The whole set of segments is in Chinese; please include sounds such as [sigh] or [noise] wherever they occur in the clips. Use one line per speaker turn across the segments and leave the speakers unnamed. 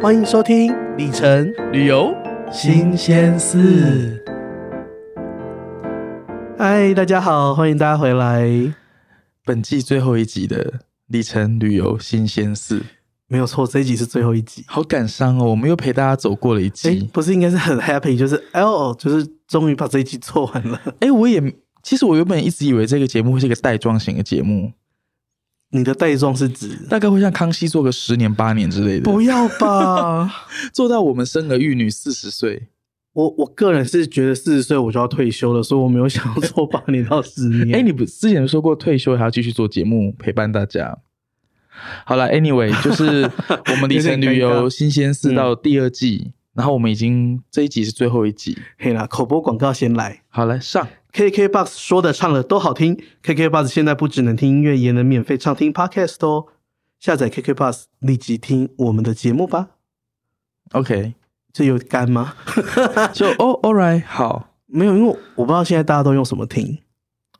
欢迎收听里程
旅游
新鲜事。嗨，大家好，欢迎大家回来。
本季最后一集的里程旅游新鲜事，
没有错，这一集是最后一集。
好感伤哦，我们又陪大家走过了一
哎
集，。
不是应该是很 happy，就是哦，就是终于把这一集做完了。 [laughs]
哎、我也其实我原本一直以为这个节目会是一个带妆型的节目，
你的带状是指？
大概会像康熙做个十年八年之类的，
不要 [laughs] 吧，
做到我们生儿育女四十岁。
我我个人是觉得四十岁我就要退休了，所以我没有想要做八年到十年。
哎、你不之前说过退休还要继续做节目陪伴大家？好了，anyway，就是 [laughs] 我们里
有点
程旅
尴尬
游新鲜事
嗯
到第二季，然后我们已经这一集是最后一集，
嘿啦，口播广告先来。
好来上。
KKBOX 说的唱的都好听，KKBOX 现在不只能听音乐，也能免费畅听 Podcast 哦。下载 KKBOX 立即听我们的节目吧。
OK，
这有干吗？
就哦，All right，好，
没有，因为我不知道现在大家都用什么听，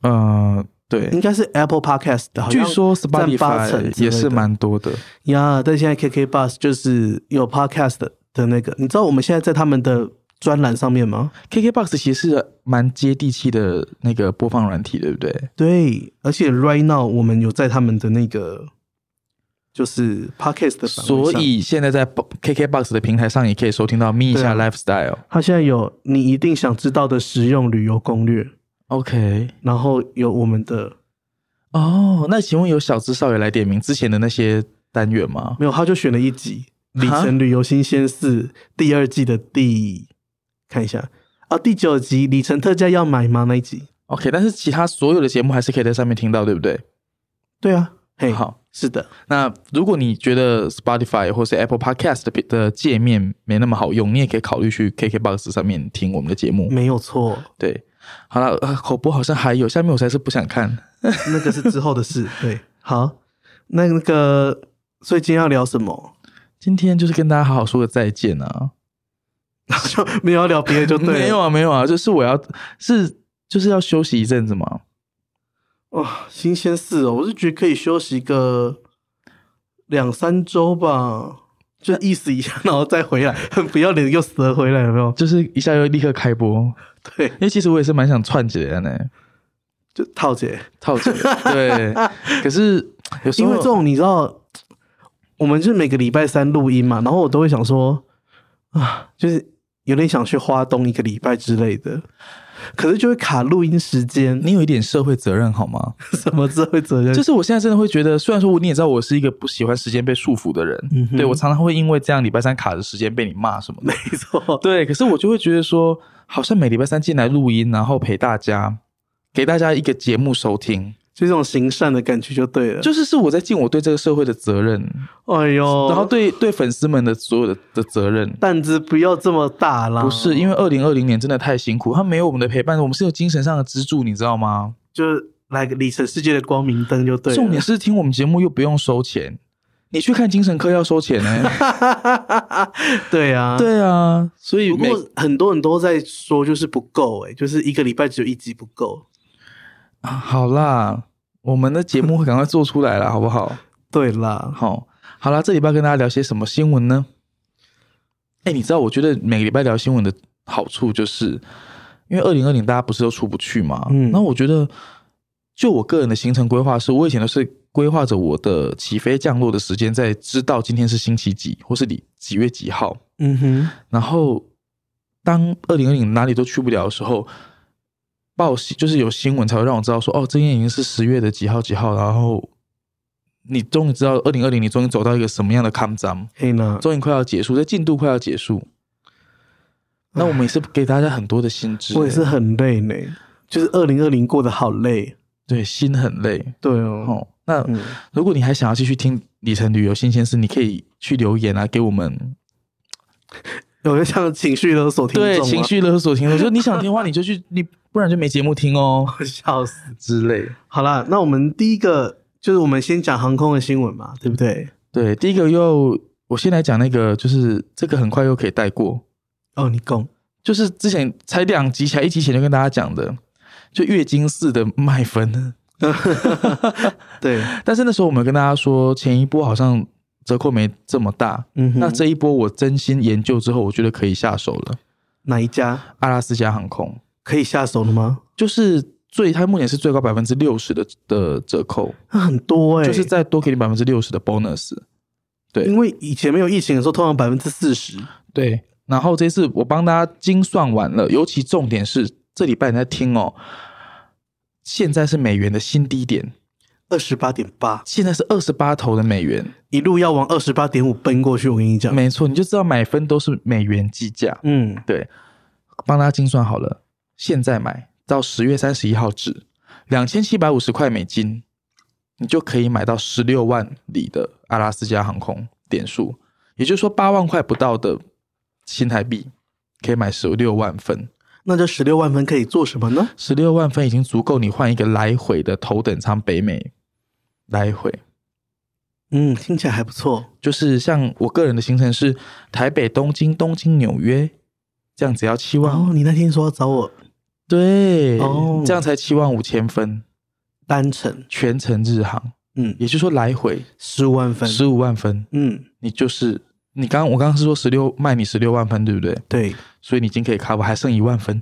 嗯、对
应，该是 Apple Podcast 好
据
像
说
占八成
Spotify
之类
也
的
是蛮多的，
呀但现在 KKBOX 就是有 Podcast 的的那个，你知道我们现在在他们的专栏上面吗？
KKBox 其实是蛮接地气的那个播放软体，对不对？
对，而且 right now 我们有在他们的那个就是 Podcast 的版位
所
上
以现在在 KKBox 的平台上也可以收听到咪一
对啊
下 Lifestyle。
它现在有你一定想知道的实用旅游攻略，
OK，
然后有我们的
哦，那请问有小资少爷来点名之前的那些单元吗？
没有，他就选了一
啊
集《里
哈
程旅游新鲜事》第二季的第，看一下啊，第九集里程特价要买吗？那一集？
OK，但是其他所有的节目还是可以在上面听到，对不对？
对啊，嘿，
好，
是的，
那如果你觉得 Spotify 或是 Apple Podcast 的的界面没那么好用，你也可以考虑去 KKBox 上面听我们的节目。
没有错，
对，好了，呃口播好像还有，下面我才是不想看。
那个是之后的
[laughs]
事。对，好，那那个，所以今天要聊什么？ [laughs]
今天就是跟大家好好说个再见啊！
就没有要聊别的哦就对了。
[laughs] 没有啊，没有啊，就是我要是就是要休息一阵子嘛。
哇、新鲜事哦！我是觉得可以休息个两三周吧，就意思一下，然后再回来， [laughs] 很不要脸又死了回来，有没有？
就是一下又立刻开播，
对，
因为其实我也是蛮想串起来的呢，
就套姐，[laughs]
套起来。对，可是有时
因
候
为这种你知道，我们就是每个礼拜三录音嘛，然后我都会想说啊，就是有点想去花东一个礼拜之类的，可是就会卡录音时间，
你有一点社会责任好吗？
什么社会责任？
就是我现在真的会觉得，虽然说我你也知道我是一个不喜欢时间被束缚的人，
嗯哼
对我常常会因为这样礼拜三卡的时间被你骂什么的。
没错，
对，可是我就会觉得说，好像每礼拜三进来录音，然后陪大家，给大家一个节目收听，
就这种行善的感觉就对了。
就是是我在尽我对这个社会的责任，
哎呦，
然后对对粉丝们的所有的的责任。
担子不要这么大啦，
不是因为二零二零年真的太辛苦，他没有我们的陪伴，我们是有精神上的支柱，你知道吗？
就是来个里程世界的光明灯就对啊了。
重点是听我们节目又不用收钱，你去看精神科要收钱呢、
[laughs] 对啊，。
对啊，所以
不
每
过很多人都在说，就是不够哎、就是一个礼拜只有一集不够。
啊 [laughs] 好啦，我们的节目会赶快做出来了，好不好？
对啦，
好，好啦，这礼拜跟大家聊些什么新闻呢？哎，你知道，我觉得每个礼拜聊新闻的好处就是，因为二零二零大家不是都出不去嘛，
嗯
嗯，那我觉得，就我个人的行程规划是，我以前都是规划着我的起飞降落的时间，在知道今天是星期几或是几几月几号，
嗯哼，
然后当二零二零哪里都去不了的时候，报喜就是有新闻才会让我知道说，哦，今天已经是十月的几号几号，然后你终于知道二零二零，你终于走到一个什么样的康章，
嘿啦，
终于快要结束，这进度快要结束。那我们也是给大家很多的心知，
我也是很累呢，就是二零二零过得好累。
对心很累
对哦，
哦。那
嗯，
如果你还想要继续听里程旅游新鲜事，你可以去留言啊，给我们
有一像情绪勒索听众啊
对
吗
情绪勒索听众，就你想听的话你就去，你不然就没节目听哦
笑死。
之类。
好啦，那我们第一个就是我们先讲航空的新闻嘛，对不对？
对，第一个又我先来讲那个，就是这个很快又可以带过，
哦，你讲，
就是之前才两集前一集前就跟大家讲的，就月经式的麦 [laughs] 芬，
对，
但是那时候我们跟大家说，前一波好像折扣没这么大。
嗯哼，
那这一波我真心研究之后，我觉得可以下手了。
哪一家
阿拉斯加航空
可以下手了吗？
就是最，它目前是最高百分之六十的的折扣，
那很多哎、
就是再多给你百分之六十的 bonus。对
因为以前没有疫情的时候，通常百分之四十。
对，然后这次我帮大家精算完了，尤其重点是这礼拜你在听哦，现在是美元的新低点，
二十八点八，
现在是二十八头的美元，
一路要往二十八点五奔过去。我跟你讲，
没错，你就知道买分都是美元计价。
嗯，
对，帮大家精算好了，现在买到十月三十一号止，两千七百五十块美金，你就可以买到十六万里的阿拉斯加航空点数，也就是说八万块不到的新台币可以买十六万分。
那这十六万分可以做什么呢？
十六万分已经足够你换一个来回的头等舱北美来回，
嗯，听起来还不错。
就是像我个人的行程是台北、东京、东京、纽约，这样只要七万，
哦，你那天说要找我
对，
哦
这样才七万五千分，
单程，
全程日航，
嗯，
也就是说来回
十五万分，
十五万分，
嗯，
你就是你刚我刚刚是说十六卖你十六万分，对不对？
对，
所以你已经可以 cover 还剩一万分，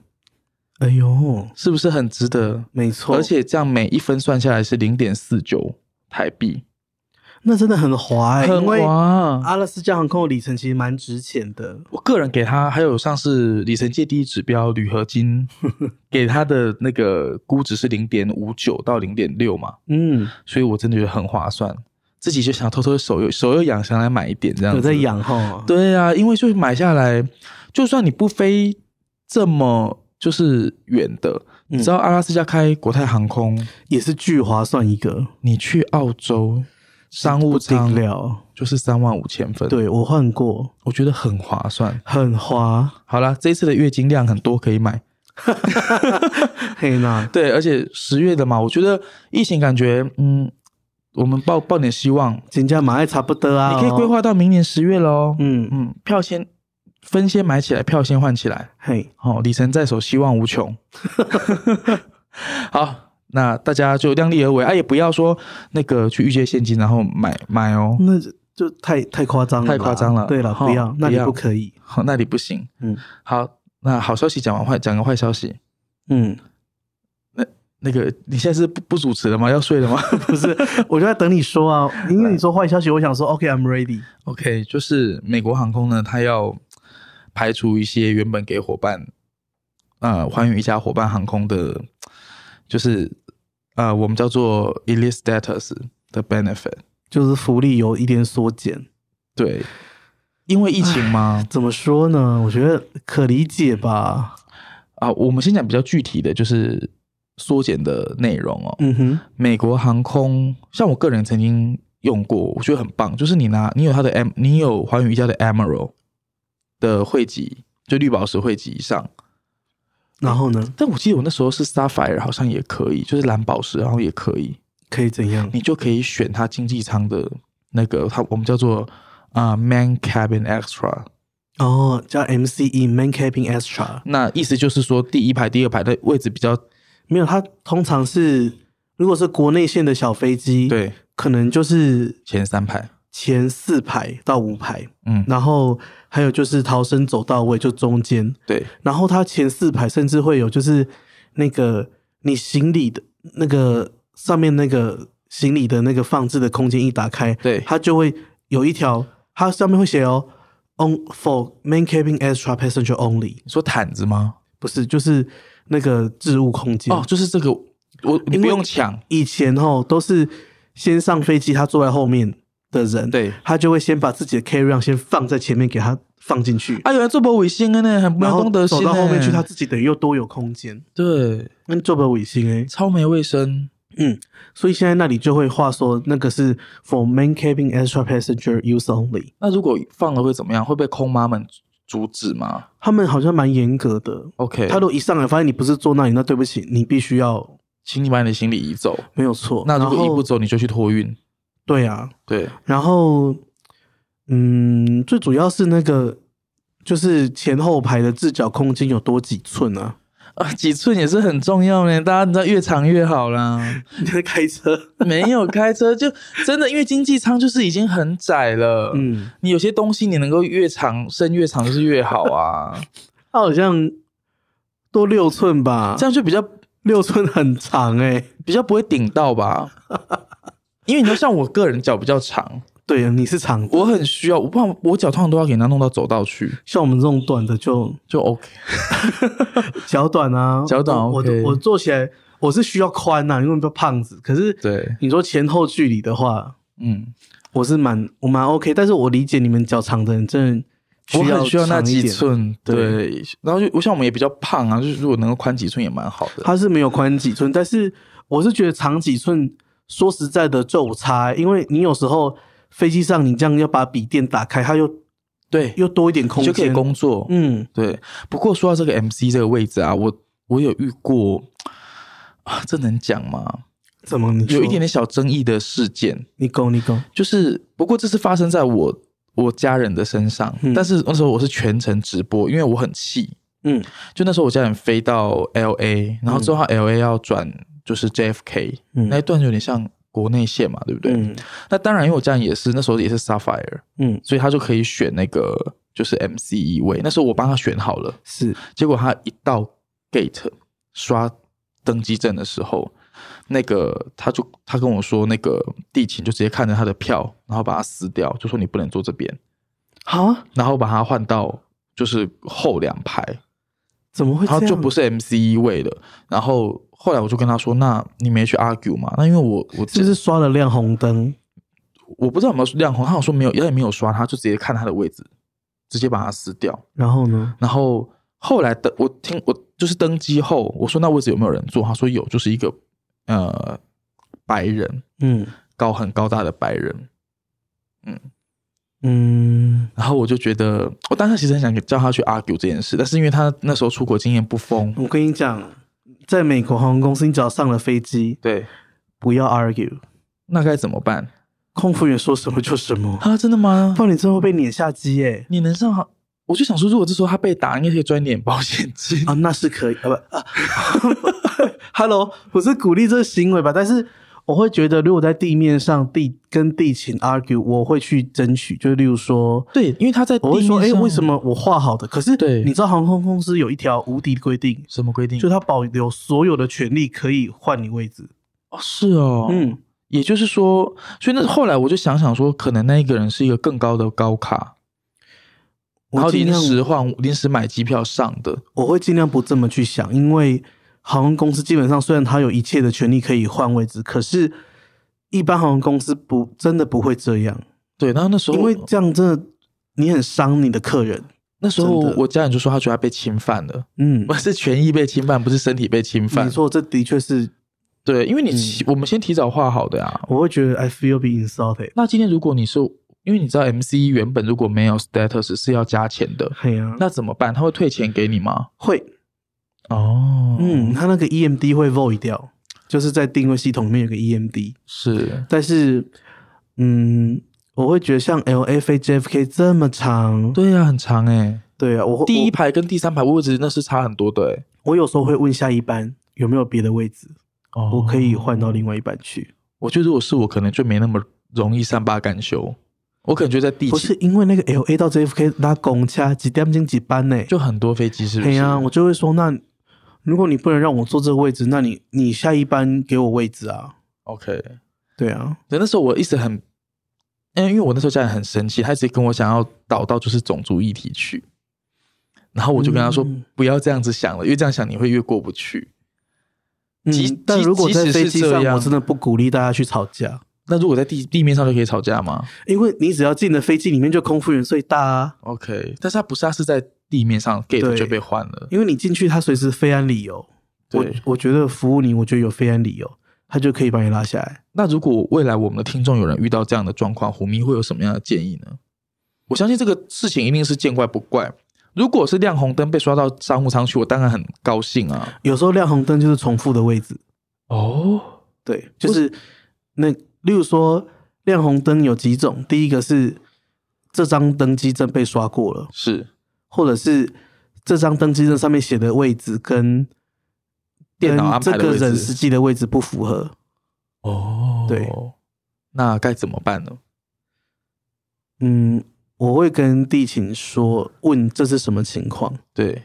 哎呦，
是不是很值得？
没错，
而且这样每一分算下来是零点四九台币，
那真的很滑、欸，
很
因为
划。
阿拉斯加航空的里程其实蛮值钱的。
我个人给他还有像是里程界第一指标铝
[laughs]
合金，给他的那个估值是零点五九到零点六嘛，
嗯，
所以我真的觉得很划算。自己就想偷偷手又手又痒，想来买一点这样子。
有在。养哈。
对啊，因为就是买下来，就算你不飞这么就是远的，
嗯
你知道阿拉斯加开国泰航空，
也是巨划算一个
你去澳洲商务
不
舱
定了。
就是三万五千分，，
对我换过，
我觉得很划算。
很滑。
好啦，这一次的月经量很多，可以买。
嘿娜，
对，而且十月的嘛，我觉得疫情感觉，嗯，我们抱抱点希望，
金价马爱差不多啊、
你可以规，划到明年十月喽。
嗯，
嗯，票先分先买起来，票先换起来。
嘿，
好、里程在手，希望无穷。 [laughs] 好，那大家就量力而为，啊，也不要说那个去预借现金然后买买哦，
那就太太夸张了啦，
太夸张了
对了，
哈
不要，那你
不要
不可以。
好，那里不行。
嗯
好，那好消息讲完坏，讲个坏消息。
嗯，
那个你现在是不不主持了吗？要睡了吗？
[laughs] 不是，我就在等你说啊，因为你说坏消息，我想说，OK，I'm、ready。
OK，就是美国航空呢，它要排除一些原本给伙伴，呃，寰宇一家伙伴航空的，就是呃，我们叫做 elite status 的 benefit。
就是福利有一点缩减，
对，因为疫情嘛，
怎么说呢？我觉得可理解吧。
啊，我们先讲比较具体的，就是缩减的内容哦。
嗯哼，
美国航空，像我个人曾经用过，我觉得很棒，就是你拿你有它的 M，你有寰宇一家的 Emerald 的汇集，就绿宝石汇集以上。
然后呢？
但我记得我那时候是 Sapphire，好像也可以，就是蓝宝石，然后也可以，
可以怎样？
你就可以选它经济舱的那个，它我们叫做啊、呃 Man Cabin Extra。
哦，叫 MCE Main Cabin Extra，
那意思就是说，第一排、第二排的位置比较
没有，它通常是如果是国内线的小飞机，，
对
可能就是
前三排，
前四排到五排，
嗯，
然后还有就是逃生走到位就中间，
对
然后它前四排甚至会有就是那个你行李的那个上面那个行李的那个放置的空间一打开，
对
它就会有一条，它上面会写哦，on for main cabin extra passenger only，
你说毯子吗？
不是就是那个置物空间
哦，。就是这个，我你
因为
不用抢，
以前哦都是先上飞机，他坐在后面的人，
对。
他就会先把自己的 carry on 先放在前面给他放进去，
啊，有人做不违心的呢，很没
然
有
后
公德心欸
走
呢。
到后面去，他自己等于又多有空间，
对
那做不违心哎。
超没卫生，
所以现在那里就会话说那个是 for main cabin extra passenger use only，
那如果放了会怎么样？会被空妈们阻止吗
他们好像蛮严格的。
？OK，
他如果一上来发现你不是坐那里，那对不起，你必须要
请你把你的行李移走。
没有错。
那如
然
果移
后
不走，你就去托运。
对啊，
对，
然后，嗯，最主要是那个就是前后排的置脚空间有多几寸啊？
啊，几寸也是很重要呢，大家你知道越长越好啦。
你在开车，
没有开车就真的，因为经济舱就是已经很窄了，
嗯，
你有些东西你能够越长伸越长就是越好 [laughs] 啊，
它好像多六寸吧，
这样就比较
六寸很长哎、
比较不会顶到吧。 [laughs] 因为你知道，像我个人脚比较长，
对，啊你是长的，
我很需要，我不然我脚通常都要给人家弄到走道去，
像我们这种短的就
就 OK。
[laughs] 脚短啊，
脚短
我我
OK
我坐起来我是需要宽啊呐、因为比较胖子。可是
对，
你说前后距离的话，
嗯，
我是蛮我蛮 OK，但是我理解你们脚长的人真的
我
需要
很需要
长
那
一
几
点，
寸，
对
对。然后就我想我们也比较胖啊，就是如果能够宽几寸也蛮好的。
它是没有宽几寸，但是我是觉得长几寸，说实在的就有差、因为你有时候飞机上你这样要把笔电打开，它又
对，
又多一点空
就
间，
可以工作。
嗯，
对。不过说到这个 MC 这个位置啊，我我有遇过啊，这能讲吗？
怎么你说
有一点点小争议的事件，
你够你够，
就是不过这是发生在我我家人的身上，
嗯
但是那时候我是全程直播，因为我很气。
嗯
就那时候我家人飞到 L A，然后之后他 L A 要转就是 J F K、
嗯
那一段有点像国内线嘛，对不对？
嗯
那当然，因为我家人也是那时候也是 Sapphire，
嗯
所以他就可以选那个就是 M C 一位。那时候我帮他选好了，
是
结果他一到 gate 刷登机证的时候，那个他就他跟我说，那个地勤就直接看着他的票，然后把它撕掉，就说你不能坐这边，
啊，
然后把它换到就是后两排。
怎么会这
然
样？
后就不是 MC 一位了。然后后来我就跟他说：“那你没去 argue 嘛？那因为我我
是不是刷了亮红灯？
我不知道有没有亮红，他好像说没有，他也没有刷，他就直接看他的位置，直接把它撕掉。
然后呢？
然后后来的我听我就是登机后，我说那位置有没有人坐？他说有，就是一个呃白人，
嗯
高很高大的白人。
嗯，
然后我就觉得，我当时其实很想叫他去 argue 这件事，但是因为他那时候出国经验不丰，
我跟你讲，在美国航空公司，你只要上了飞机，
对，
不要 argue，
那该怎么办
空服员说什么就什么， [laughs]
啊？真的吗？
不然你真的会被撵下机耶、
你能上好？我就想说，如果这时候他被打，应该可以赚点保险金。
啊，那是可以啊，不啊 [laughs] ，Hello，我是鼓励这个行为吧，但是我会觉得，如果在地面上地跟地勤 argue，我会去争取，就例如说，
对，因为他在地
我会说，哎、
面上
为什么我画好的？可是
对
你知道航空公司有一条无敌规定，
什么规定？
就它保留所有的权利可以换你位置。
哦是哦，嗯，
嗯，
也就是说，所以那后来我就想想说，可能那一个人是一个更高的高卡，然后
我尽
临
量
时换临时买机票上的。
我会尽量不这么去想，因为航空公司基本上虽然它有一切的权利可以换位置，可是一般航空公司不真的不会这样，
对，然后那时候
因为这样真的你很伤你的客人。
那时候
真的
我家人就说他觉得他被侵犯了，
嗯
不，是权益被侵犯，不是身体被侵犯
你。说嗯这的确是，
对，因为你、我们先提早画好的呀、
我会觉得 I feel be insulted。
那今天如果你是因为你知道 MC 原本如果没有 status 是要加钱的，
哎呀、
那怎么办？他会退钱给你吗？
会，
哦，
嗯，，它那个 EMD 会 void 掉，就是在定位系统里面有个 EMD。
是，
但是，嗯，我会觉得像 LA 飞 JFK 这么长，
对呀、很长哎、
对啊，我会
第一排跟第三排位置那是差很多的哎、
我，我有时候会问下一班有没有别的位置，
哦
我可以换到另外一班去。
我觉得如果是我，可能就没那么容易善罢甘休。我可能就在第
不
七，
是因为那个 LA 到 JFK 拉公车几点钟几班呢、
就很多飞机是不
对
是？
呀、我就会说，那如果你不能让我坐这个位置，那你你下一班给我位置啊。
OK，
对啊，
对，那时候我一直很，因为因为我那时候家人很生气，他一直跟我想要导到就是种族议题去，然后我就跟他说、
嗯
不要这样子想了，因为这样想你会越过不去。即
嗯，但
即
如果
即
在
使
飞
是
机
这
上，
样
我真的不鼓励大家去吵架，
那如果在地地面上就可以吵架吗
因为你只要进了飞机里面，就空服员最大啊。
？OK，但是他不是，他是在地面上 gate
对
就被换了。
因为你进去，他随时非安理由。我
对
我觉得服务你，我觉得有非安理由，他就可以把你拉下来。
那如果未来我们的听众有人遇到这样的状况，虎迷会有什么样的建议呢？我相信这个事情一定是见怪不怪。如果是亮红灯被刷到商务舱去，我当然很高兴啊。
有时候亮红灯就是重复的位置，
哦，
对，就是那例如说亮红灯有几种，第一个是这张登机证被刷过了，
是
或者是这张登机证上面写的位置跟
电脑安
这
排的
个
位
人
置
实。际的位置不符合，
哦，
对，
那该怎么办呢？
嗯，我会跟地勤说，问这是什么情况，
对，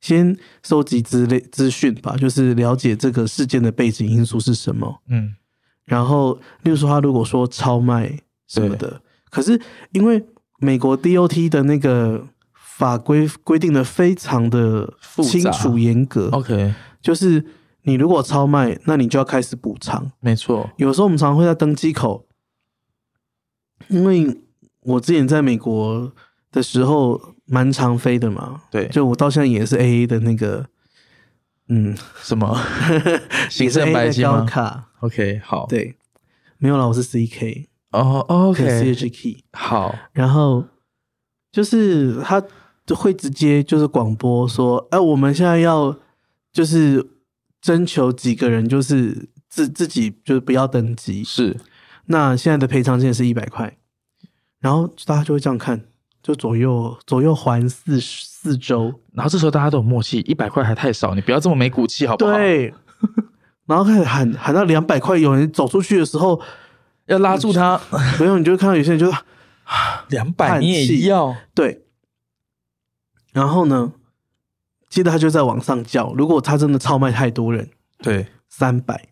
先收集资类资讯吧，就是了解这个事件的背景因素是什么。
嗯，
然后，例如说他如果说超卖什么的，可是因为美国 DOT 的那个法规规定的非常的
复杂
清
哦
楚严格，
OK，
就是你如果超卖，那你就要开始补偿。
没错，
有时候我们常常会在登机口，因为我之前在美国的时候蛮常飞的嘛，
对，
就我到现在也是 A A 的那个，嗯，
什 [laughs] 么行
也是
政
A
白
A 的
金
高
吗
卡，
？OK，好，，
对，没有啦，我是 C K，
哦
对 C
，OK，
H K，
好，
然后就是他会直接就是广播说，哎、我们现在要就是征求几个人，就是自自己就是不要登机，
是
那现在的赔偿金是一百块，然后大家就会这样看，就左右左右环四四周，
然后这时候大家都有默契，一百块还太少，你不要这么没骨气好不好？，
对，然后开始喊喊到两百块，有人走出去的时候，
要拉住他，
没有你就会看到有些人就
[laughs] 两
叹
百
气
你也要，
对，然后呢，接着他就在往上叫，如果他真的超卖太多人，
对，
三百，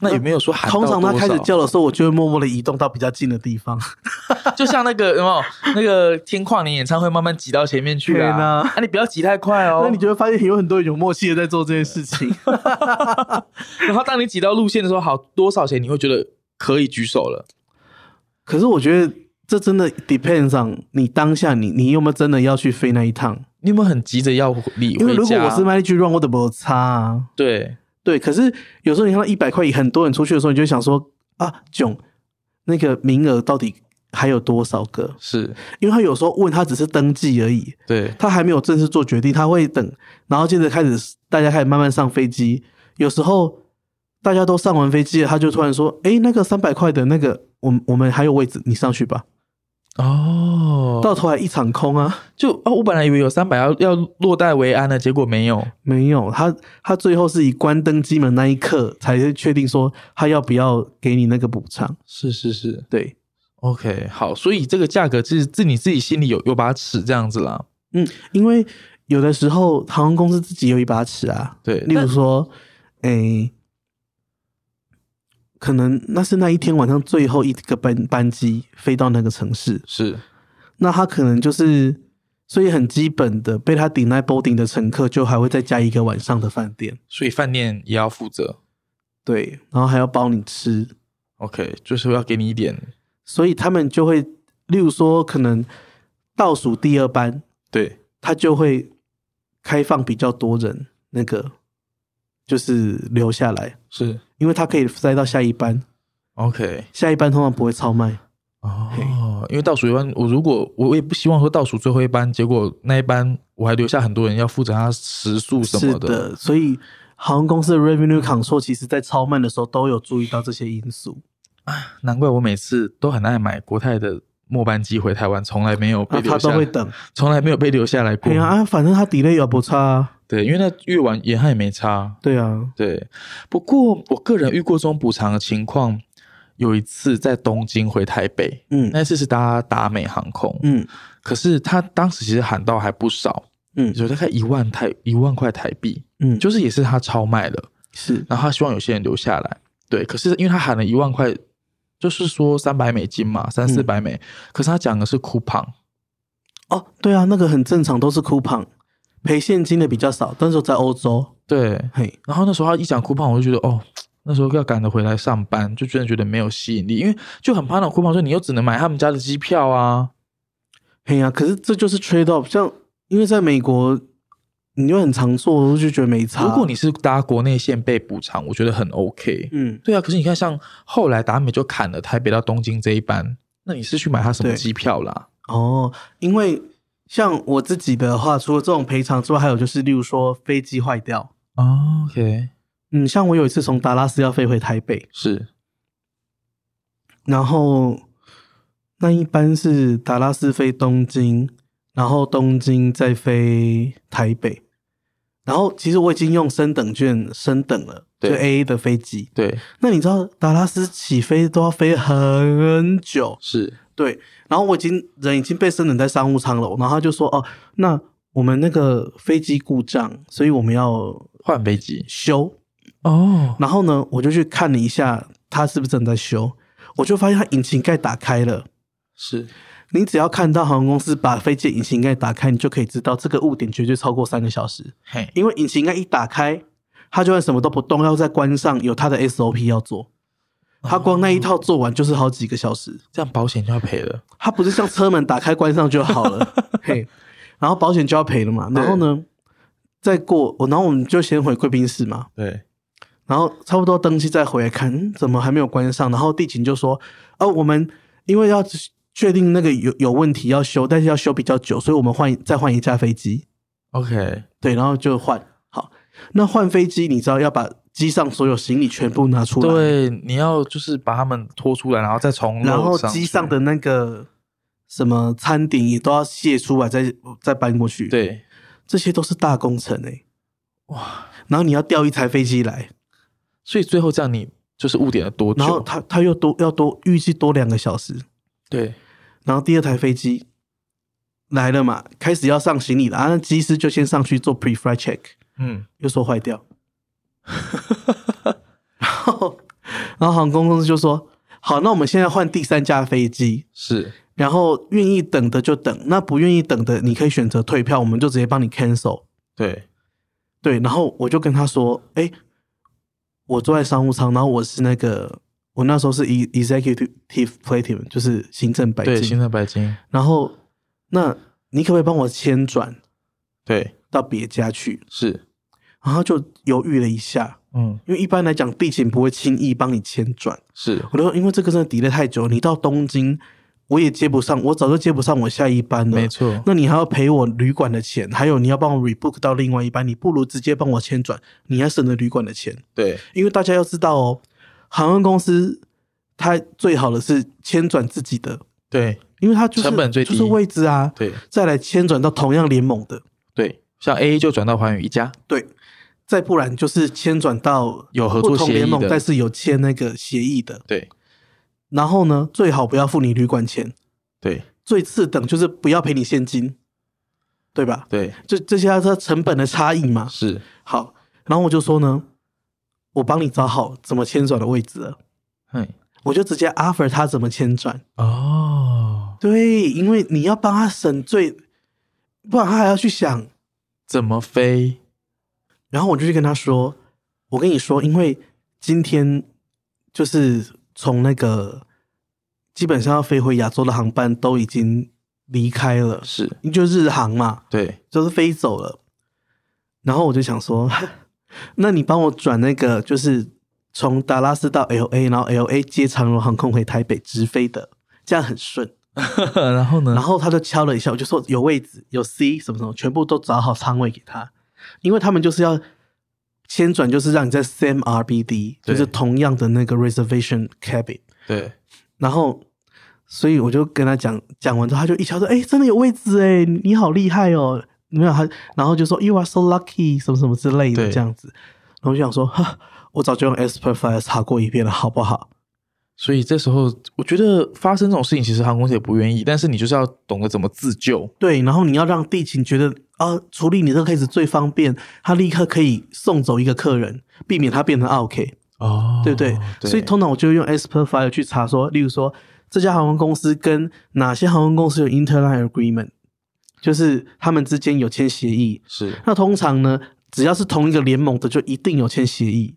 那也没有说喊到
通
多少。
常他开始叫的时候，我就会默默的移动到比较近的地方，
就像那个有没有那个听跨年演唱会慢慢挤到前面去
对
啊？
呢
啊，你不要挤太快哦。
那你就会发现有很多人有默契的在做这件事
[laughs]
情。
然后当你挤到路线的时候，好多少钱你会觉得可以举手了？
可是我觉得这真的 depends on 你当下你你有没有真的要去飞那一趟？
你有没有很急着要理
因为
回
如果
家？
我是卖去 run，我的不差啊。
对
对，可是有时候你看到一百块，很多人出去的时候，你就会想说啊，囧，那个名额到底还有多少个？
是，
因为他有时候问他只是登记而已，
对
他还没有正式做决定，他会等，然后接着开始大家开始慢慢上飞机。有时候大家都上完飞机了，他就突然说：“哎，那个三百块的那个，我们我们还有位置，你上去吧。”
哦
到头来一场空啊！
就哦，我本来以为有三百要要落袋为安的，结果没有。
没有，他他最后是以关登机门那一刻才是确定说他要不要给你那个补偿。
是是是
对，
，OK，好，所以这个价格是自你自己心里有有把尺这样子啦。
嗯，因为有的时候航空公司自己有一把尺啊，
对，
例如
但
说，诶、可能那是那一天晚上最后一个班班机飞到那个城市，
是
那他可能就是。所以很基本的，被他顶 e boarding 的乘客就还会再加一个晚上的饭店，
所以饭店也要负责。
对，然后还要包你吃，
OK，就是要给你一点
所以他们就会，例如说，可能倒数第二班，
对
他就会开放比较多人，那个就是留下来，
是
因为他可以塞到下一班，
OK
下一班通常不会超卖。
哦，因为倒数一班，我如果我也不希望说倒数最后一班，结果那一班我还留下很多人要负责他食宿什
是
么的。
的，所以航空公司的 revenue control 其实在超卖的时候都有注意到这些因素。
难怪我每次都很爱买国泰的末班机回台湾，从来没有被
啊，他
留下
都
来，
会等，
从来没有被留下来过。
哎呀、啊，反正他 delay 也不差、啊，
对，因为那越晚也他也没差。
对啊，
对，不过我个人遇过这种补偿的情况，有一次在东京回台北，
嗯
那一次是搭达美航空，
嗯
可是他当时其实喊到还不少，
嗯
有大概一万台一万块台币，
嗯，
就是也是他超卖了，
是
然后他希望有些人留下来，对，可是因为他喊了一万块，就是说三百美金嘛，三四百美，可是他讲的是 coupon，
哦，对啊，那个很正常，都是 coupon 赔现金的比较少，但是在欧洲。
对，
嘿，
然后那时候他一讲 coupon，我就觉得哦，那时候要赶着回来上班，就真的觉得没有吸引力，因为就很怕那种 coupon 说你又只能买他们家的机票啊，
嘿呀、可是这就是 trade off，像因为在美国，你就很常做，我就觉得没差。
如果你是啊搭国内线被补偿，我觉得很 OK，
嗯，
对啊，可是你看，像后来达美就砍了台北到东京这一班，那你是去买他什么
对
机票啦？
哦，因为像我自己的话，除了这种赔偿之外，还有就是例如说飞机坏掉，
哦，OK，
嗯，像我有一次从达拉斯要飞回台北，
是
然后那一班是达拉斯飞东京，然后东京再飞台北，然后其实我已经用升等券升等了，就
对
A A 的飞机。
对，
那你知道达拉斯起飞都要飞很久，
是
对。然后我已经人已经被升等在商务舱了，然后他就说：“哦，那我们那个飞机故障，所以我们要
换飞机
修。”
哦，
然后呢，我就去看了一下它是不是正在修，我就发现它引擎盖打开了。
是
你只要看到航空公司把飞机的引擎盖打开，你就可以知道这个误点绝对超过三个小时，
嘿，
因为引擎盖一打开，它就算什么都不动，要再关上，有它的 SOP 要做。它光那一套做完就是好几个小时，
这样保险就要赔了，
它不是像车门打开关上就好了，嘿，然后保险就要赔了嘛。然后呢，再过我，然后我们就先回贵宾室嘛，
对，
然后差不多登机再回来看，嗯怎么还没有关上？然后地勤就说：“哦，我们因为要确定那个有有问题要修，但是要修比较久，所以我们换再换一架飞机。
OK，
对，然后就换好。那换飞机，你知道要把机上所有行李全部拿出来，，
对，你要就是把他们拖出来，然后再从
然后
楼上
机
去
上的那个什么餐点也都要卸出来，再再搬过去。，
对
这些都是大工程哎、
哇，
然后你要调一台飞机来，
所以最后这样你就是误点了多久？
然后他他又多要多预计多两个小时。
对
然后第二台飞机来了嘛，开始要上行李了啊，那机师就先上去做 pre-flight check，
嗯
又说坏掉， [laughs] 然后然后航空公司就说，好，那我们现在换第三架飞机，
[laughs] 是
然后愿意等的就等，那不愿意等的你可以选择退票，我们就直接帮你 cancel。
对
对，然后我就跟他说，哎，我坐在商务舱，然后我是那个。我那时候是 e- executive platinum，就是行政白
对，
金，
新在白金
然后，那你可不可以帮我先转
对
到别家去？
是
然后就犹豫了一下，
嗯
因为一般来讲地勤不会轻易帮你迁转。
是
我就说，因为这个真的 delay 太久，你到东京我也接不上，我早就接不上我下一班了
没。错，
那你还要赔我旅馆的钱，还有你要帮我 rebook 到另外一班，你不如直接帮我迁转，你还省了旅馆的钱。
对
因为大家要知道哦，航空公司它最好的是迁转自己的，
对
因为它就是
成本最低
就是位置啊，
对
再来迁转到同样联盟的，
对，像 A 就转到环宇一家，
对，再不然就是迁转到
有合
不
作
同
协
联
议
盟，但
的，
是有签那个协议的。
对
然后呢，最好不要付你旅馆钱，
对
最次等就是不要赔你现金，对吧？
对
这这些它成本的差异嘛。
是
好，然后我就说呢，我帮你找好怎么迁转的位置了，
嘿
我就直接 offer 他怎么迁转。
哦，
对，因为你要帮他省最，不然他还要去想
怎么飞？
然后我就去跟他说：“我跟你说，因为今天就是从那个基本上要飞回亚洲的航班都已经离开了，
是
因为就日航嘛，
对
就是飞走了。然后我就想说， [laughs] 那你帮我转那个就是从达拉斯到 L A，然后 L A 接长荣航空回台北直飞的，这样很顺。”
然后
[laughs]
呢
然？后他就敲了一下，我就说有位置，有 C 什么什么，全部都找好仓位给他，因为他们就是要先转，就是让你在 same RBD，就
对
是同样的那个 reservation cabin，
对
然后。所以我就跟他讲，讲完之后他就一敲说：“哎、真的有位置哎，你好厉害哦！”没有他，然后就说 “You are so lucky” 什么什么之类的
对
这样子。然后我就想说，哈，我早就用 S p e r f i 查过一遍了，好不好？
所以这时候，我觉得发生这种事情，其实航空公司也不愿意，但是你就是要懂得怎么自救。
对，然后你要让地勤觉得啊，处理你这个 case 最方便，他立刻可以送走一个客人，避免他变成 OK，
哦
对不对？所以通常我就用 Esper File 去查说，例如说这家航空公司跟哪些航空公司有 interline agreement，就是他们之间有签协议。
是，
那通常呢，只要是同一个联盟的，就一定有签协议。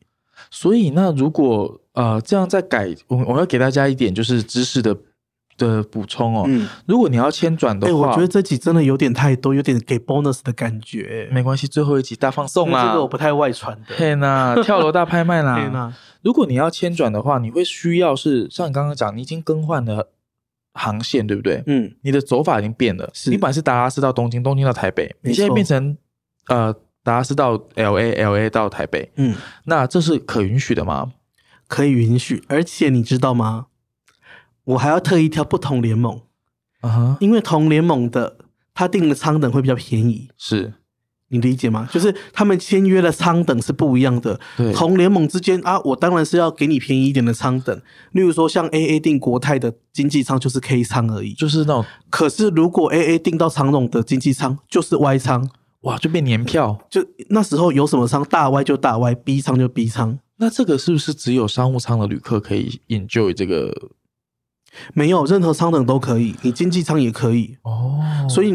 所以那如果呃这样再改，我我要给大家一点就是知识的的补充哦。
嗯，
如果你要签转
哎、
的
我
话，
觉得这集真的有点太多，有点给 bonus 的感觉。
没关系，最后一集大放送
因为
啦。
这个我不太外传的。
嘿
[laughs]
啊呐，跳楼大拍卖啦！
对啊啦，
如果你要签转的话，你会需要是像你刚刚讲，你已经更换了航线，对不对？
嗯，
你的走法已经变了，
是
你本来是达拉斯到东京，东京到台北，
没错
你现在变成呃达拉斯到 L A L A 到台北，
嗯。
那这是可允许的吗？
可以允许，而且你知道吗？我还要特意挑不同联盟，
啊哈，
因为同联盟的它订的舱等会比较便宜，
是
你理解吗？就是他们签约的舱等是不一样的，
对
同联盟之间啊，我当然是要给你便宜一点的舱等。例如说，像 AA 定国泰的经济舱就是 K 舱而已，
就是那种
可是如果 AA 定到长荣的经济舱就是 Y 舱，
哇，就变年票。
就那时候有什么舱大 Y 就大 Y，B 舱就 B 舱，
那这个是不是只有商务舱的旅客可以 enjoy 这个？
没有任何舱等都可以，你经济舱也可以。
哦，
所以，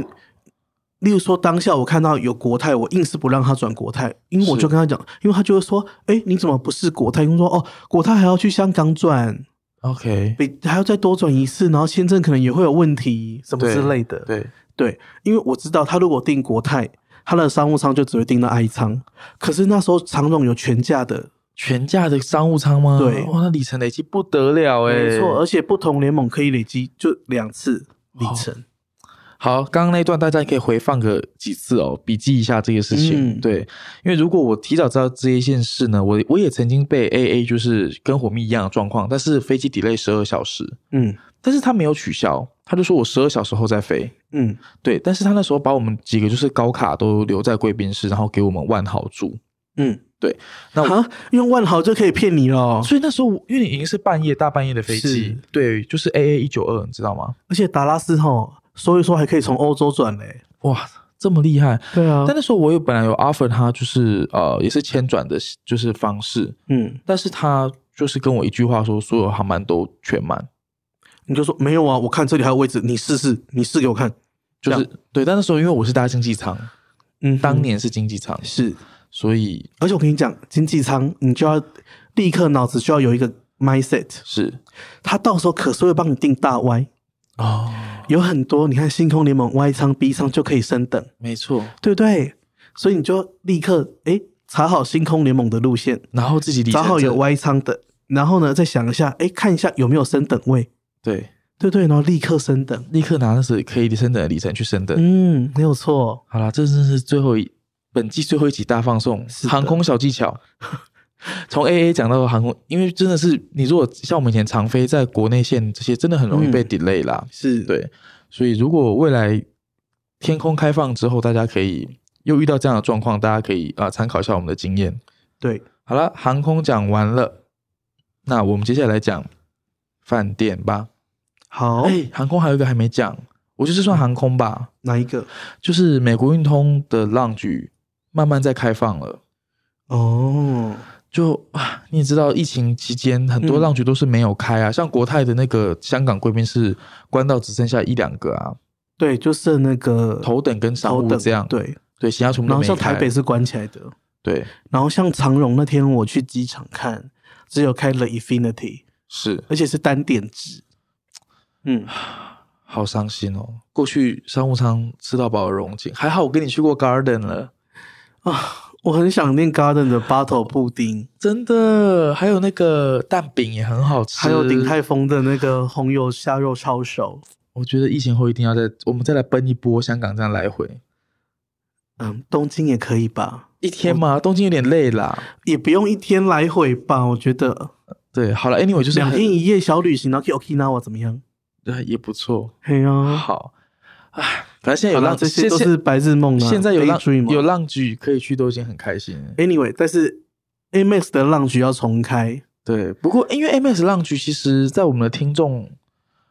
例如说当下我看到有国泰，我硬是不让他转国泰，因为我
是
就跟他讲，因为他就会说，哎、你怎么不是国泰？因为说哦，国泰还要去香港转，
OK，
比还要再多转一次，然后签证可能也会有问题什么
对
之类的。
对，
对，因为我知道他如果订国泰，他的商务舱就只会订到 I 舱，可是那时候长荣有全价的，
全价的商务舱吗？
对
哇，那里程累积不得了哎、
没错，而且不同联盟可以累积就两次里程。
哦好，刚刚那一段大家可以回放个几次哦，笔记一下这个事情。
嗯
对，因为如果我提早知道这一件事呢，我我也曾经被 AA 就是跟火蜜一样的状况，但是飞机 delay 十二小时，
嗯
但是他没有取消，他就说我十二小时后再飞。
嗯，
对，但是他那时候把我们几个就是高卡都留在贵宾室，然后给我们万豪住。
嗯，
对，那我
啊，用万豪就可以骗你了哦，
所以那时候因为你已经是半夜大半夜的飞机
是，
对，就是 AA 一九二，你知道吗？
而且达拉斯吼，所以说还可以从欧洲转嘞。
哇，这么厉害！
对啊
但那时候我有本来有 offer 他，就是呃，也是签转的，就是方式，
嗯，
但是他就是跟我一句话说，所有航班都全满，
你就说没有啊，我看这里还有位置，你试试，你试给我看。
就
这
是对。但那时候因为我是搭经济舱，
嗯，
当年是经济舱，
是，
所以
而且我跟你讲，经济舱你就要立刻脑子就要有一个 mindset，
是
他到时候可是会帮你定大 Y，
哦，
有很多你看星空联盟 Y 舱、B 舱就可以升等，
没错。
对不对？所以你就立刻哎查好星空联盟的路线，
然后自己里
查
程
好有
证
Y 舱的，然后呢再想一下，哎看一下有没有升等位，
对，
对不对？然后立刻升等。
立刻拿那时可以升等的里程去升等。
嗯，没有错。
好啦，这真是最后一本季最后一集大放送，
是的
航空小技巧。 [laughs] 从 A A 讲到航空，因为真的是你如果像我们以前常飞在国内线这些，真的很容易
嗯
被 delay 啦。
是，
对，所以如果未来天空开放之后，大家可以又遇到这样的状况，大家可以啊、呃参考一下我们的经验。
对，
好了，航空讲完了，那我们接下来讲饭店吧。
好，
哎、航空还有一个还没讲，我就是算航空吧。
哪一个？
就是美国运通的 lounge 慢慢在开放了。
哦，
就啊，你也知道，疫情期间很
嗯
多 lounge 都是没有开啊，像国泰的那个香港贵宾室关到只剩下一两个啊，
对，就是那个
头等跟商
头
务
等
这样，
对，
对，其他全部
然
都
后
没开。
像台北是关起来的，
对
然后像长荣那天我去机场看，只有开了 Infinity，
是
而且是单点制。嗯，
好伤心哦，过去商务舱吃到饱的荣景，还好我跟你去过 Garden 了，
我很想念 Garden 的 Bottle 布丁，
真的，还有那个蛋饼也很好吃，
还有鼎泰丰的那个红油虾肉抄手。
我觉得疫情后一定要再我们再来奔一波香港这样来回。
嗯，东京也可以吧，
一天嘛，东京有点累啦。
也不用一天来回吧，我觉得
对，好了，anyway 就是
两
很
天一夜小旅行，然后去 Okinawa 怎么样？
对也不错。
嘿呀、
好，唉，反正现在有
嗯好啦
浪，
这些
现
都是白日梦啊。
现在有浪
daydream 啊
有浪剧可以去，都已经很开心了。
Anyway，但是 Amex 的浪局要重开，
对，不过因为 M S 浪剧，其实在我们的听众，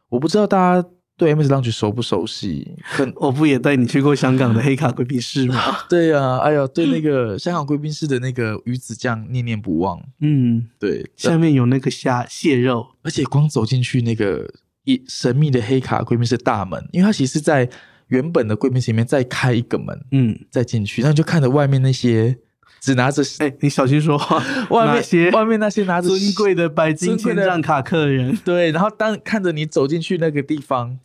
我不知道大家对 M S 浪剧熟不熟悉？
[laughs]
可能
我不也带你去过香港的黑卡贵宾室
[laughs]
吗？
对啊，哎呀，对那个香港贵宾室的那个鱼子酱念念不忘。
嗯， [laughs]
对，
下面有那个虾蟹肉，
而且光走进去那个一神秘的黑卡贵宾室大门，因为它其实是在原本的贵宾室里面再开一个门，
嗯，
再进去，那你就看着外面那些只拿着
哎、你小心说话，
外
那
面
些
外面那些拿着
尊贵的白金
尊贵
千
的
账卡客人，
对，然后当看着你走进去那个地方，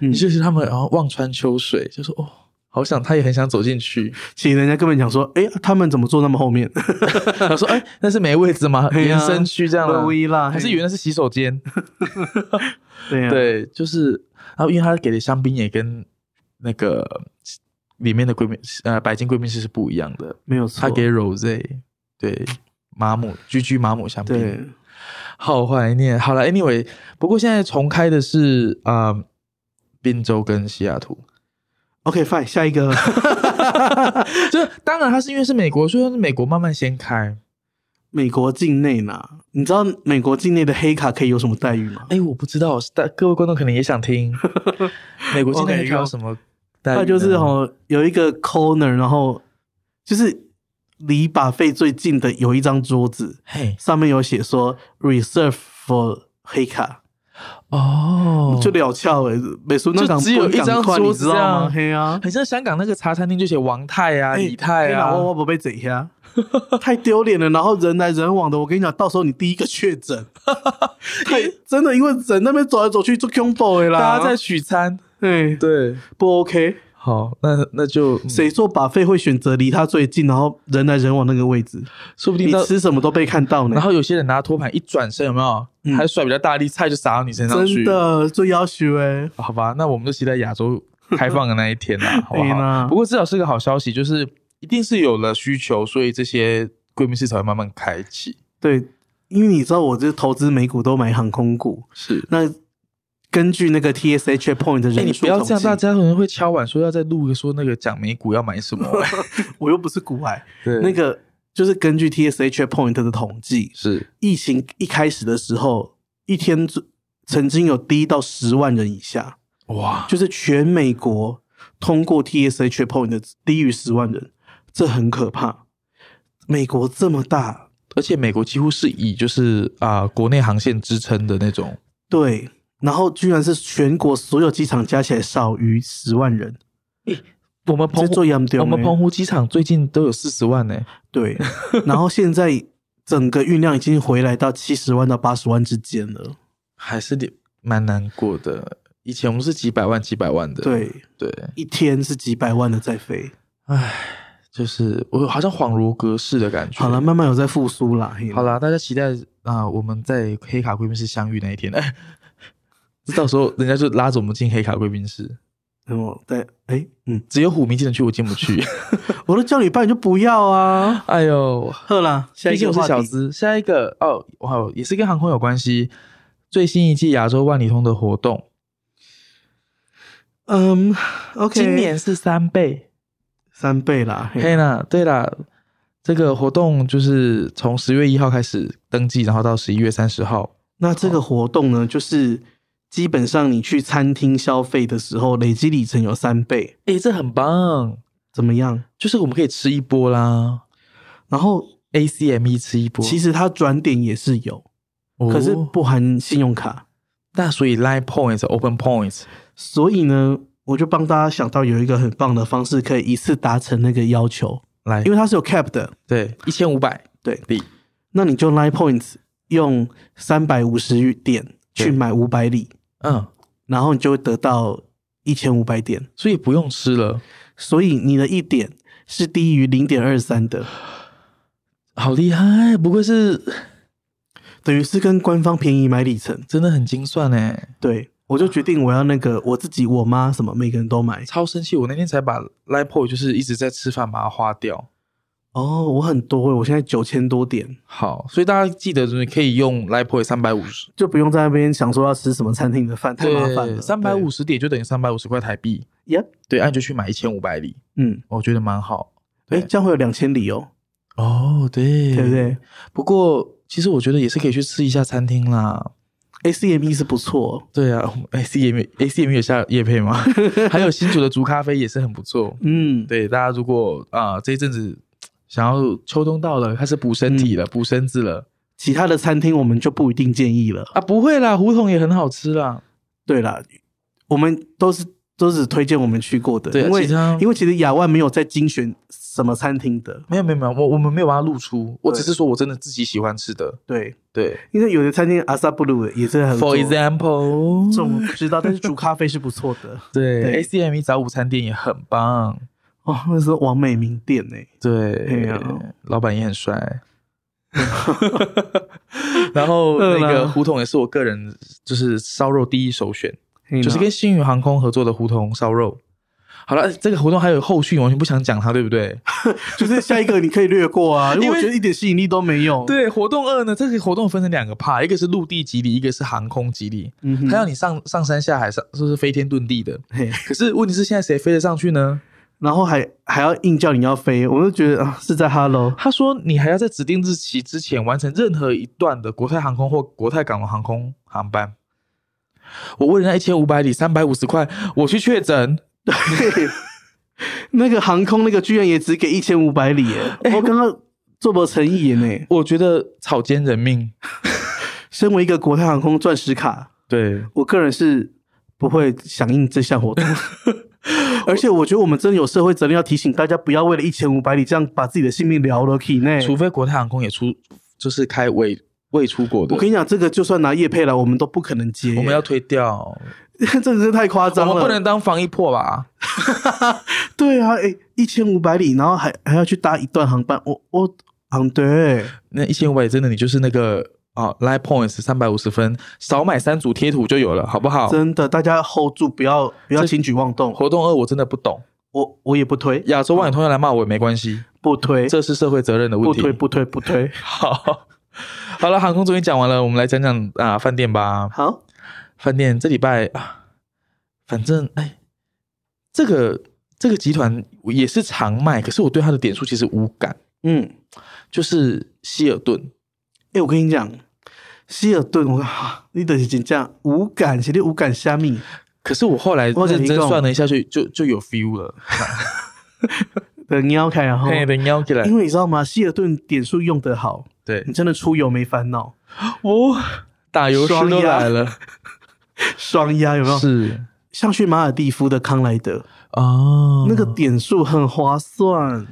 嗯，
就是他们然后望穿秋水，就说哦，好想他也很想走
[laughs]
进去。
其实人家根本讲说，哎、他们怎么坐那么后面？
他说哎，那是没位置吗？
哎呀
延伸区这样
乐
的，
威啦，
还是
嘿
原来是洗手间？
对啊，
对，就是然后因为他给的香槟也跟那个里面的贵宾呃白金贵宾室是不一样的，
没有错，
他给 rose 对马姆居居马姆香槟。
对，
好怀念。好了，Anyway，不过现在重开的是啊、呃宾州跟西雅图。 [laughs]
OK fine，下一个
就是当然，它是因为是美国，所以是美国慢慢先开。
美国境内呢？你知道美国境内的黑卡可以有什么待遇吗？
哎，我不知道，但各位观众可能也
[laughs]
想听美国今天
OK，
遇到什么待遇呢？
它就是哦，有一个 corner，然后就是离把费最近的有一张桌子，
嘿
上面有写说 reserve for 黑卡，
哦，
就了翘诶、美术那港
就只有一张桌子
你知道吗？
这样
黑啊，
很像香港那个茶餐厅，就写王太啊、
哎
李太
黑啦
啊，
我我不被贼呀， [laughs] 太丢脸了。然后人来人往的，我跟你讲，到时候你第一个确
[laughs]
诊，太真的，因为人那边走来走去就 combo 啦，
大家在取餐。
对
对，
不 OK。
好，那那就、嗯
谁做把费会选择离他最近，然后人来人往那个位置？
说不定
你
到。
吃什么都被看到
然
呢。
后有些人拿托盘一转身，有没有？
嗯
还甩比较大力，菜就撒到你身上去。
真的最要求哎，
好吧，那我们就期待亚洲开放的那一天
[laughs]
啦，好不
对啦
好？不过至少是个好消息，就是一定是有了需求，所以这些贵宾室才会慢慢开启。
对，因为你知道我这投资美股都买航空股，
是，
那根据那个 TSA checkpoint 的
哎，
人
你
数
不要
统
这
计，
样，大家可能会敲碗说要再录一个说那个讲美股要买
[laughs]
什么、
我又不是股癌，
对，
那个就是根据 TSA checkpoint 的统计，
是
疫情一开始的时候，一天最曾经有低到十万人以下，
哇，
就是全美国通过 TSA checkpoint 的低于十万人，这很可怕。美国这么大，
而且美国几乎是以就是啊、国内航线支撑的那种，
对，然后居然是全国所有机场加起来少于十万人，
我们澎
这
湖
做严重
我
的
们澎湖机场最近都有四十万呢、 [laughs]
对，然后现在整个运量已经回来到七十万到八十万之间了。
还是得蛮难过的。以前我们是几百万、几百万的，
对，
对，
一天是几百万的在飞。
唉，就是我好像恍如隔世的感觉。
好了，，慢慢有在复苏啦。嘿
好，啦，大家期待啊、我们在黑卡贵宾室相遇那一天。 [laughs] 哎，这到时候人家就拉着我们进黑卡贵宾室，
然后对，哎，嗯，
只有虎迷进得去，我进
[laughs]
不去。
我都叫你办，你就不要啊。
哎呦，
好啦，下
毕
一个
竟我是
话
小
题，
资。下一个哦，哇，也是跟航空有关系。最新一季亚洲万里通的活动
嗯，OK，
今年是三倍。
三倍啦。嘿
嘿啦，对啦，这个活动就是从十月一号开始登记，然后到十一月三十号。
那这个活动呢，就是基本上你去餐厅消费的时候，累积里程有三倍，
诶，这很棒，
怎么样？
就是我们可以吃一波啦
然后
，ACME E 吃一波。
其实它转点也是有，
哦
可是不含信用卡，
那所以 Line Points、Open Points
所以呢，我就帮大家想到有一个很棒的方式，可以一次达成那个要求，
来
因，为它是有 cap 的。
对，一千五百
对，
币，
那你就 Line Points 用三百五十点去
对
买五百里，
嗯，
然后你就会得到一千五百点，
所以不用吃了，
所以你的一点是低于零点二三的，
好厉害，不愧是
等于是跟官方便宜买里程。
真的很精算哎。
对我就决定我要那个我自己、我妈什么，每个人都买。
超生气！我那天才把 Line Point 就是一直在吃饭把它花掉。
哦，我很多欸，我现在九千多点。
好，所以大家记得就是可以用 Line Point 三百五十 [laughs]
就不用在那边想说要吃什么餐厅的饭，太麻烦了。
三百五十点就等于三百五十块台币，
y e
对，按、你就去买一千五百里，
嗯，
我觉得蛮好。
哎、
对
这样会有两千里哦，
哦，对
对不对？
不过其实我觉得也是可以去吃一下餐厅啦。
？ACME 是不错、哦，
对啊，A C 也没 A C 也没有下夜配吗？ [laughs] 还有新竹的竹咖啡也是很不错。
嗯，
对，大家如果啊、这一阵子想要秋冬到了，开始补身体了，补身子了
其他的餐厅我们就不一定建议了。
啊，不会啦，胡同也很好吃啦。
对啦，我们都是都只推荐我们去过的，
对啊
因为
其他
因为其实亚万没有在精选什么餐厅的，
没有没有没有，我我们没有把它露出，我
对
只是说我真的自己喜欢吃的。
对，
对
因为有的餐厅阿萨布鲁也是很不错
，For example，
这种我不知道，但是煮咖啡是不错
[laughs]
的对
对，ACME E 早午餐店也很棒。
哦，那是王美名店呢、
对，
对啊
老板也很 [laughs] 帅。然后
饿
那
了
个胡同也是我个人就是烧肉第一首选，
欸，
就是跟星宇航空合作的胡同烧肉。好了，这个活动还有后续，完全不想讲它，对不对？
[laughs] 就是下一个你可以略过啊，因为
因
我
为
觉得一点吸引力都没有。，
对，活动二呢，这个活动分成两个 part，一个是陆地吉利，一个是航空吉利。
嗯哼
它要你上上山下海，上就是飞天遁地的。
嘿
可是问题是，现在谁飞得上去呢？
然后还还要硬叫你要飞，我就觉得啊是在 Hello，
他说，你还要在指定日期之前完成任何一段的国泰航空或国泰港龙航空航班。我问人家一千五百里三百五十块，我去确诊，
那个航空那个居然也只给一千五百里
[laughs]
耶，我刚刚做不诚意耶呢。
我觉得草菅人命。
身为一个国泰航空钻石卡，
对，
我个人是不会响应这项活
[laughs]
动。而且我觉得我们真的有社会责任，要提醒大家不要为了一千五百里这样把自己的性命聊了体内。
除非国泰航空也出，就是开未未出国的，
我跟你讲，这个就算拿叶配来，我们都不可能接。
我们要推掉，
[laughs] 这个是太夸
我
张了，
们不能当防疫破吧？
对啊，哎，一千五百里，然后还还要去搭一段航班，我我嗯对，
那一千五百真的你就是那个啊，Line Points 三百五十分，少买三组贴图就有了，好不好？
真的，大家 hold 住，不要不要
哦这
轻举妄动，
活动二我真的不懂，
我我也不推，
亚洲网友同样来骂我也没关系，
不推，
这是社会责任的问
嗯不
题。
推不推不推。
[laughs] 好，好了，航空终于讲完了，我们来讲讲啊饭店吧。
好，
饭店这礼拜啊，反正哎，这个这个集团也是常卖，可是我对它的点数其实无感，
嗯，
就是希尔顿。
哎，我跟你讲，希尔顿，我、啊、你的是这样无感，谁的无感虾米？
可是我后来
我跟你
认真
讲
算了一下就，就就有 feel 了。
的尿开，然后，
嘿，等要起来，
哦因为你知道吗？希尔顿点数用得好，
对
你真的出游没烦恼，
我打油诗
双
都
压
来了，
双压有没有？
是
像去马尔蒂夫的康莱德，
哦，
那个点数很划算。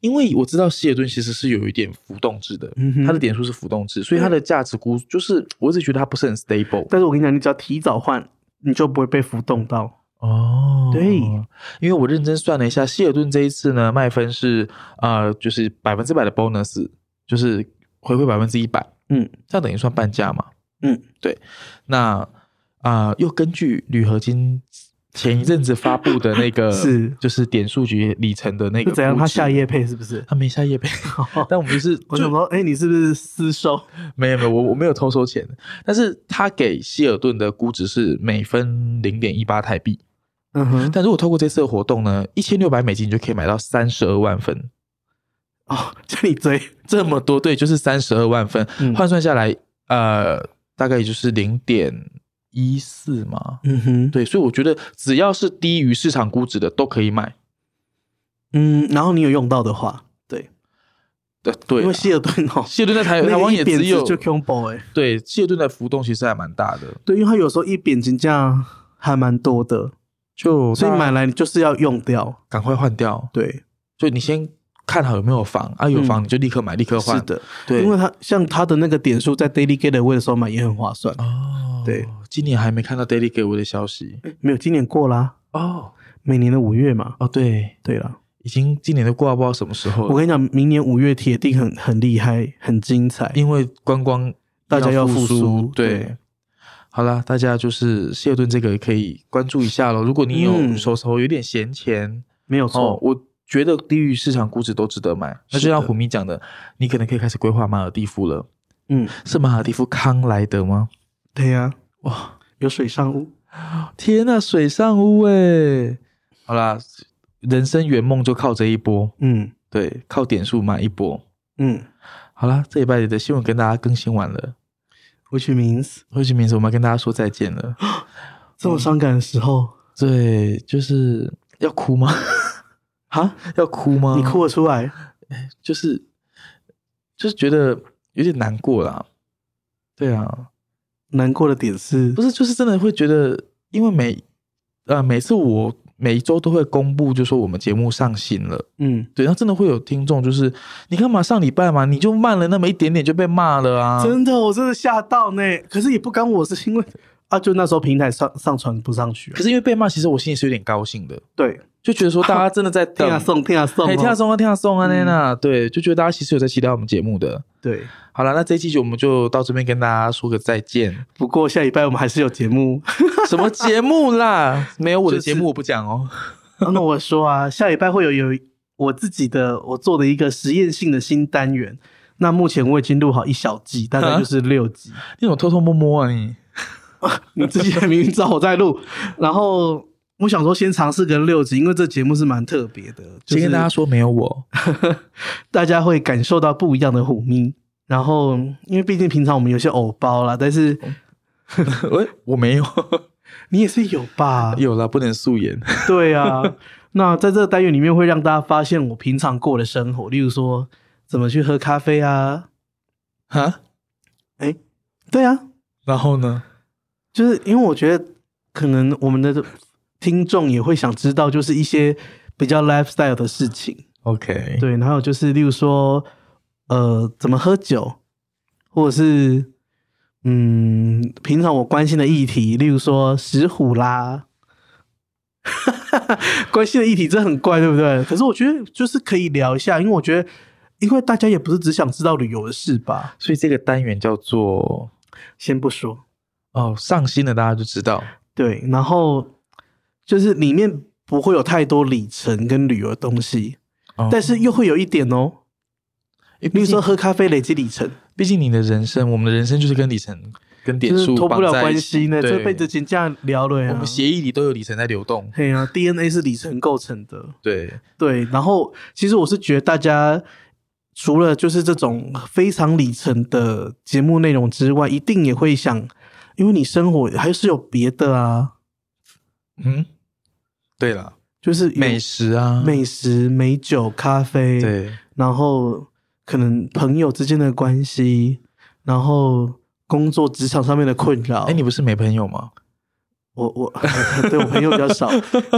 因为我知道希尔顿其实是有一点浮动制的，
嗯哼
它的点数是浮动制，所以它的价值估就是我一直觉得它不是很 stable
但是我跟你讲，你只要提早换，你就不会被浮动到。
哦
对
因为我认真算了一下，希尔顿这一次呢卖分是呃就是百分之百的 bonus，就是回馈百分之一百，
嗯
这样等于算半价嘛？
嗯，
对。那啊、呃又根据铝合金前一阵子发布的那个
[laughs] 是
就是点数局里程的那个
是怎样？
估值
他下夜配是不是？
他没下夜配，但我们
[laughs]
就是
我想说，哎、你是不是私收？
没有没有，我我没有偷收钱，但是他给希尔顿的估值是每分零点一八台币，
嗯哼，
但如果透过这次的活动呢，一千六百美金你就可以买到三十二万分，
[laughs] 哦， [laughs] 叫你追，
这么多对，就是三十二万分，
嗯
换算下来呃大概也就是零点一四嘛，
嗯哼，
对，所以我觉得只要是低于市场估值的都可以买，
嗯，然后你有用到的话，对，
对对
因
啊
为。希尔顿 [laughs] 哦，
希尔顿在台
那个
台湾
一
也
贬
只
值
有
就 combo 哎、
对希尔顿的浮动其实还蛮大的，
对，因为它有时候一贬值这样还蛮多的，
就
所以买来你就是要用掉，
赶快换掉，
对，嗯
就你先看好有没有房啊，有房你就立刻买，立刻换。
是，的，
对，
因为它像它的那个点数在 daily getaway 的时候买也很划算，
哦，
对，
今年还没看到 Daily 给我的消息。
没有今年过啦，
哦
每年的五月嘛，
哦，对，
对啦。
已经今年都挂不知道什么时候
我
了，
跟你讲，明年五月铁定很很厉害，很精彩。
因为观光
大家要复
复
苏
对
对。
好啦，大家就是谢尔顿这个可以关注一下咯。如果你有
嗯
手头有点闲钱，
没有错，
哦，我觉得低于市场估值都值得买。那就是
的
像虎迷讲的，你可能可以开始规划马尔蒂夫了。
嗯，
是马尔蒂夫康莱德吗？
对呀、
哇，
有水上屋，
天呐、水上屋哎！好啦，人生圆梦就靠这一波，
嗯
对，靠点数买一波。
嗯
好啦，这礼拜的新闻跟大家更新完了，哦
，which means
或许明天我们要跟大家说再见了。
这么伤感的时候，
对，就是要哭吗？ [laughs]
哈，
要哭吗？
你哭得出来？
就是就是觉得有点难过啦。对啊，
难过的点是
不，是，就是真的会觉得，因为每呃每次我每一周都会公布，就说我们节目上新了。
嗯，
对，然后真的会有听众，就是你看嘛，上礼拜嘛，你就慢了那么一点点就被骂了啊。
嗯真的，我真的吓到呢。可是也不干我的事，是因为啊，就那时候平台上上传不上去啊
可，是因为被骂，其实我心里是有点高兴的，
对，
就觉得说大家真的
[laughs]
在
听
等，
啊送，听啊送哦，
嘿，听下送啊，听下送啊，那那、对，就觉得大家其实有在期待我们节目的。
对。
好了，那这一期就我们就到这边跟大家说个再见。 [laughs]
不过下礼拜我们还是有节目，
什么节目啦？没有我的节
就
目
是
我不讲哦。 [laughs]
啊那我说啊，下礼拜会有有我自己的我做的一个实验性的新单元。那目前我已经录好一小季，大概就是六集。
你怎么偷偷摸摸啊你？
你自己也明明知道我在录，然后我想说先尝试个六集，因为这节目是蛮特别的，就
先
是
跟大家说没有我，
大家会感受到不一样的虎咪。然后，因为毕竟平常我们有些偶包啦，但是
[laughs] 喂，我没有，
你也是有吧？
[laughs] 有啦，不能素颜。
对啊，那在这个单元里面会让大家发现我平常过的生活，例如说怎么去喝咖啡啊，
啊，
对啊，
然后呢？
就是因为我觉得可能我们的听众也会想知道，就是一些比较 lifestyle 的事情，
OK，
对，然后就是例如说呃怎么喝酒，或者是嗯平常我关心的议题，例如说石虎啦。 [laughs] 关心的议题真的很怪，对不对？可是我觉得就是可以聊一下，因为我觉得，因为大家也不是只想知道旅游的事吧。
所以这个单元叫做
先不说，
哦上新的，大家就知道。
对，然后就是里面不会有太多里程跟旅游的东西，
哦
但是又会有一点哦，
诶
比
毕
如
竟
说喝咖啡累积里程，
毕竟你的人生，我们的人生就是跟里程跟点
就是
数
脱不了
绑在
关
一
系
起
呢，
对
这辈子就这样聊了
我
呀
们。协议里都有里程在流动。
对啊，DNA 是里程构成的，
对，
对。然后其实我是觉得大家除了就是这种非常里程的节目内容之外，一定也会想，因为你生活还是有别的啊，
嗯，对了，
就是有
美食啊，
美食、美酒、咖啡，。
对，
然后可能朋友之间的关系，然后工作职场上面的困扰。
哎，你不是没朋友吗？
我我 [laughs] 对我朋友比较少，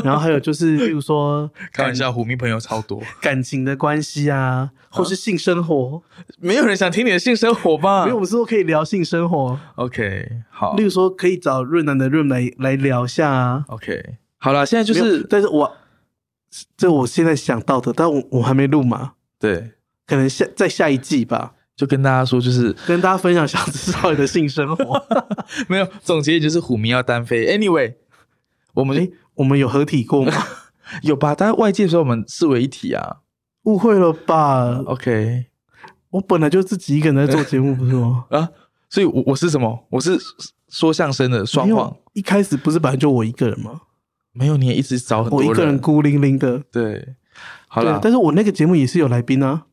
然后还有就是，比如说
[laughs]
呃
开玩 [laughs] 笑，虎迷朋友超多，
感情的关系啊，
嗯
或是性生活，
没有人想听你的性生活吧
因为我们说可以聊性生活，
[laughs] ？OK，好
例如说可以找润南的润来来聊一下啊，
，OK，好了，现在就
没有
是
但是我这我现在想到的，但我我还没录嘛，
对，
可能下在下一季吧，
就跟大家说，就是
跟大家分享小资少爷的性生活。
[laughs] 没有总结，就是虎迷要单飞。Anyway，我们
哎、我们有合体过吗？
有吧？但外界说我们视为一体啊。
误会了吧？
OK
我本来就自己一个人在做节目，不是吗？
啊，所以我我是什么？我是说相声的 [laughs] 双
没
簧
有，，一开始不是本来就我一个人吗？
没有你也一直找很多
我一个人孤零零的。
对，好
对啊
了，
但是我那个节目也是有来宾啊。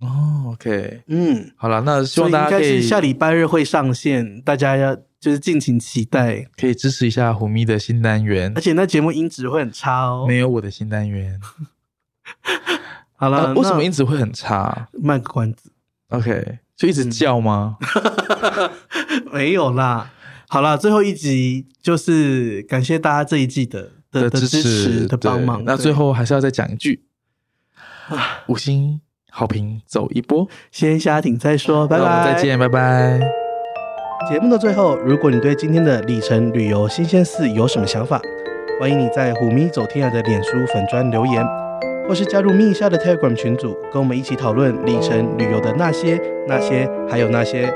哦，OK，
嗯，
好了，那希
所以
望
应
大家
该
可
是
以
下礼拜日会上线，大家要就是敬请期待。
可以支持一下虎咪的新单元
而，且那节目音质会很差哦。
没有我的新单元，
好了，
呃为什么
那
音质会很差
卖个关子？ [laughs]
？OK，就一直叫吗？
嗯没有啦。好啦，最后一集就是感谢大家这一季的的
支
支持的
对
帮忙。对
那
啊
最后还是要再讲一句，五星好评走一波，
先下停再说，拜
那我
拜，
们再见，拜拜。
节目的最后，如果你对今天的里程旅游新鲜事有什么想法，欢迎你在虎咪走天涯的脸书粉砖留言，或是加入咪一下的 Telegram 群组，跟我们一起讨论里程旅游的那些、那些，还有那些。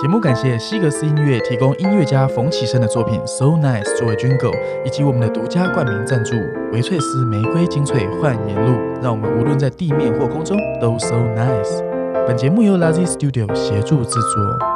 节目感谢西格斯音乐提供音乐家冯启生的作品《So Nice》作为 Jingle，以及我们的独家冠名赞助维翠斯玫瑰精粹焕颜露，让我们无论在地面或空中都 So Nice。本节目由 Lazy Studio 协助制作。